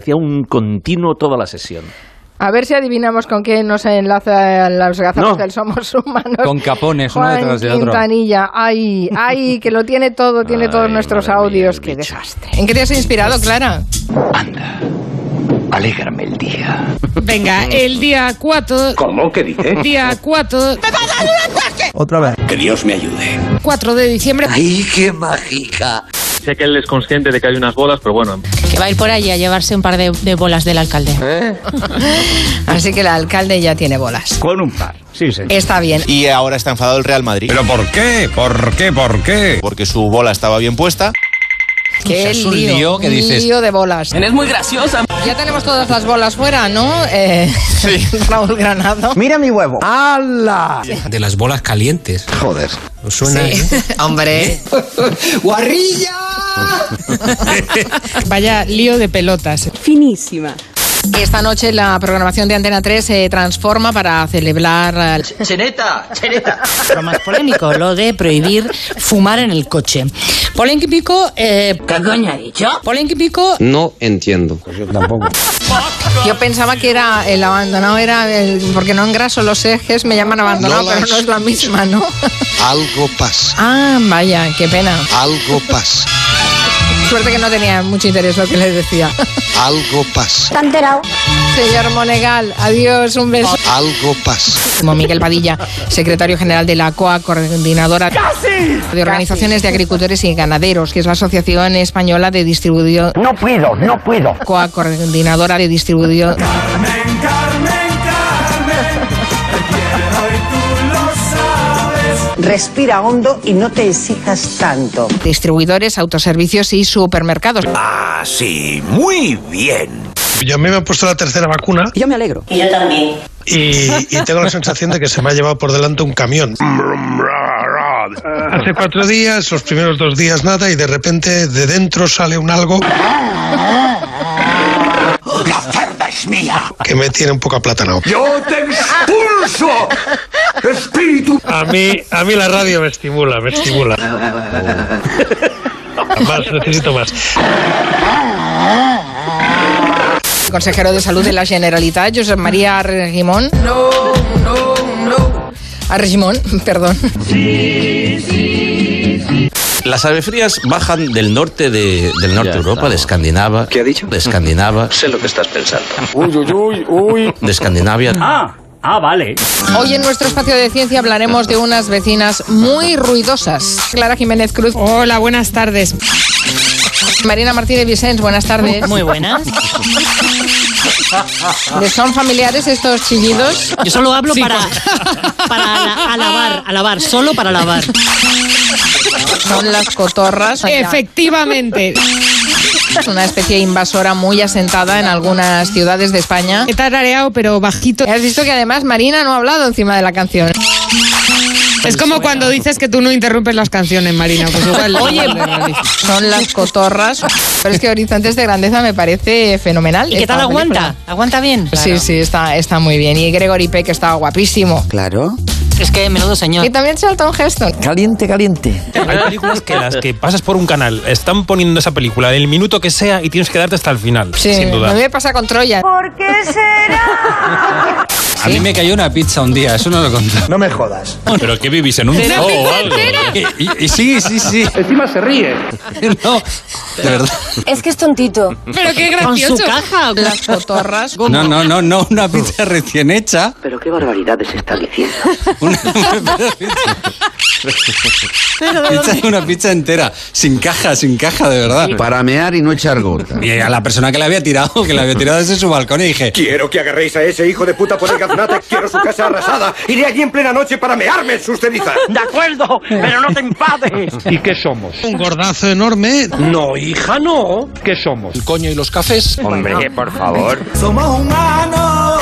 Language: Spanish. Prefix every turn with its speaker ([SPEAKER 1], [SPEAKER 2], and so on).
[SPEAKER 1] Hacía un continuo toda la sesión.
[SPEAKER 2] A ver si adivinamos con qué nos enlazan las gafas
[SPEAKER 1] No.
[SPEAKER 2] del Somos Humanos.
[SPEAKER 3] Con capones, uno
[SPEAKER 2] Juan
[SPEAKER 3] detrás del otro.
[SPEAKER 2] Quintanilla. Ay, ay, que lo tiene todo, tiene
[SPEAKER 1] Ay,
[SPEAKER 2] todos nuestros
[SPEAKER 1] madre mía,
[SPEAKER 2] audios.
[SPEAKER 1] el
[SPEAKER 2] qué
[SPEAKER 1] bicho.
[SPEAKER 2] desastre.
[SPEAKER 4] ¿En qué te has inspirado, Clara?
[SPEAKER 5] Anda, alégrame el día.
[SPEAKER 4] Venga, el día 4,
[SPEAKER 5] ¿Cómo? ¿Qué dices?
[SPEAKER 4] día 4,
[SPEAKER 5] Que Dios me ayude.
[SPEAKER 4] 4 de diciembre,
[SPEAKER 5] ¡Ay, qué mágica!
[SPEAKER 6] Sé que él es consciente de que hay unas bolas, pero bueno,
[SPEAKER 7] que va a ir por allí a llevarse un par de, de bolas del alcalde.
[SPEAKER 4] así que el alcalde ya tiene bolas.
[SPEAKER 1] Con un par. Sí, sí.
[SPEAKER 4] Está bien.
[SPEAKER 8] Y ahora está enfadado el Real Madrid.
[SPEAKER 9] ¿Pero por qué? ¿Por qué? ¿Por qué?
[SPEAKER 8] Porque su bola estaba bien puesta.
[SPEAKER 4] Qué
[SPEAKER 3] es un lío que dices-
[SPEAKER 4] lío de bolas.
[SPEAKER 5] Eres muy graciosa.
[SPEAKER 4] Ya tenemos todas las bolas fuera, ¿no? Eh, Raúl Granado.
[SPEAKER 10] Mira mi huevo.
[SPEAKER 3] De las bolas calientes.
[SPEAKER 5] Joder.
[SPEAKER 3] ¿Os suena? eh?
[SPEAKER 4] Hombre.
[SPEAKER 10] ¡Guarrilla!
[SPEAKER 4] Vaya lío de pelotas.
[SPEAKER 7] Finísima.
[SPEAKER 4] Esta noche la programación de Antena 3 se transforma para celebrar eh,
[SPEAKER 5] ¡Cheneta! ¡Cheneta!
[SPEAKER 7] Lo más polémico, lo de prohibir fumar en el coche. Polenki Pico... Eh, ¿Qué coño ha dicho?
[SPEAKER 4] Polenki Pico.
[SPEAKER 9] No entiendo.
[SPEAKER 4] Yo pensaba que era el abandonado, era el, porque no engraso los ejes, me llaman abandonado, pero no es la misma, ¿no?
[SPEAKER 8] Algo pasa.
[SPEAKER 4] Ah, vaya, qué pena.
[SPEAKER 8] Algo pasa.
[SPEAKER 4] Suerte que no tenía mucho interés lo que les decía.
[SPEAKER 8] Algo pasa.
[SPEAKER 4] Señor Monegal, adiós, un beso.
[SPEAKER 8] Algo pasa.
[SPEAKER 4] Como Miguel Padilla, secretario general de la COA, coordinadora de organizaciones de agricultores y ganaderos, que es la Asociación Española de Distribución.
[SPEAKER 10] No puedo, no puedo.
[SPEAKER 4] COA, coordinadora de distribución.
[SPEAKER 10] Respira hondo y no te exijas tanto.
[SPEAKER 4] distribuidores, autoservicios y supermercados.
[SPEAKER 5] Así, muy bien.
[SPEAKER 9] Yo me he puesto la tercera vacuna
[SPEAKER 10] Yo me alegro.
[SPEAKER 7] Y yo también.
[SPEAKER 9] y, y tengo la sensación de que se me ha llevado por delante un camión. Hace cuatro días, los primeros dos días nada y de repente de dentro sale un algo
[SPEAKER 5] ¡La cerda es mía!
[SPEAKER 9] que me tiene un poco aplatanado.
[SPEAKER 5] ¡Yo te expulso! ¡Espíritu!
[SPEAKER 9] A mí, a mí la radio me estimula, me estimula. Más, necesito más.
[SPEAKER 4] El consejero de salud de la Generalitat, Josep María Argimón. No, no, no. Argimón, perdón.
[SPEAKER 3] Las avefrías bajan del norte de, del norte de Europa, de Escandinavia.
[SPEAKER 5] ¿Qué ha dicho?
[SPEAKER 3] De Escandinavia,
[SPEAKER 6] sé lo que estás pensando.
[SPEAKER 3] de Escandinavia.
[SPEAKER 1] Ah, ah, vale.
[SPEAKER 4] Hoy en nuestro espacio de ciencia hablaremos de unas vecinas muy ruidosas. Clara Jiménez Cruz. Hola, buenas tardes. Marina Martínez Vicens, buenas tardes.
[SPEAKER 7] Muy buenas.
[SPEAKER 4] ¿Les son familiares estos chillidos?
[SPEAKER 7] Yo solo hablo para, para ala- alabar, alabar, solo para alabar.
[SPEAKER 4] Son las cotorras.
[SPEAKER 2] Efectivamente.
[SPEAKER 4] Es una especie invasora muy asentada en algunas ciudades de España.
[SPEAKER 2] He tarareado, pero bajito.
[SPEAKER 4] Has visto que además Marina no ha hablado encima de la canción.
[SPEAKER 2] Es como cuando dices que tú no interrumpes las canciones, Marina. Pues igual.
[SPEAKER 7] Oye,
[SPEAKER 4] Son las cotorras. Pero es que Horizontes de Grandeza me parece fenomenal.
[SPEAKER 7] ¿y qué tal
[SPEAKER 4] esta
[SPEAKER 7] aguanta? ¿Aguanta bien?
[SPEAKER 4] película. Sí, sí, está, está muy bien. Y Gregory Peck está guapísimo.
[SPEAKER 10] Claro.
[SPEAKER 7] Es que menudo
[SPEAKER 4] Y
[SPEAKER 7] señor.
[SPEAKER 4] también Charlton Heston.
[SPEAKER 10] Caliente, caliente.
[SPEAKER 9] Hay películas que las que pasas por un canal están poniendo esa película del minuto que sea y tienes que darte hasta el final,
[SPEAKER 4] Sí,
[SPEAKER 9] sin
[SPEAKER 4] a
[SPEAKER 9] duda.
[SPEAKER 4] mí me pasa con Troya.
[SPEAKER 10] ¿Por qué será?
[SPEAKER 3] A mí me cayó una pizza un día, eso no lo conté.
[SPEAKER 10] No me jodas.
[SPEAKER 3] ¿Pero qué vivís en un zoo o algo? Y- y- sí, sí, sí.
[SPEAKER 6] Encima se ríe.
[SPEAKER 3] No, de verdad.
[SPEAKER 7] Es que es tontito.
[SPEAKER 2] Pero qué
[SPEAKER 7] Con su caja.
[SPEAKER 4] Las cotorras.
[SPEAKER 3] No, no, no, no, una pizza recién hecha.
[SPEAKER 5] Pero qué barbaridades está diciendo.
[SPEAKER 3] Una, pizza, una pizza entera, sin caja, sin caja, de verdad.
[SPEAKER 8] Para mear y no echar gota.
[SPEAKER 3] Y a la persona que la había tirado, que la había tirado desde su balcón, y dije,
[SPEAKER 5] Quiero que agarréis a ese hijo de puta por el gaznate. Quiero su casa arrasada. Iré allí en plena noche para mearme en sus cenizas.
[SPEAKER 10] De acuerdo, pero no te empades.
[SPEAKER 6] ¿Y qué somos?
[SPEAKER 9] Un gordazo enorme.
[SPEAKER 5] No, hija, no.
[SPEAKER 6] ¿Qué somos?
[SPEAKER 3] el coño y los cafés.
[SPEAKER 5] Hombre, por favor.
[SPEAKER 10] Somos humanos.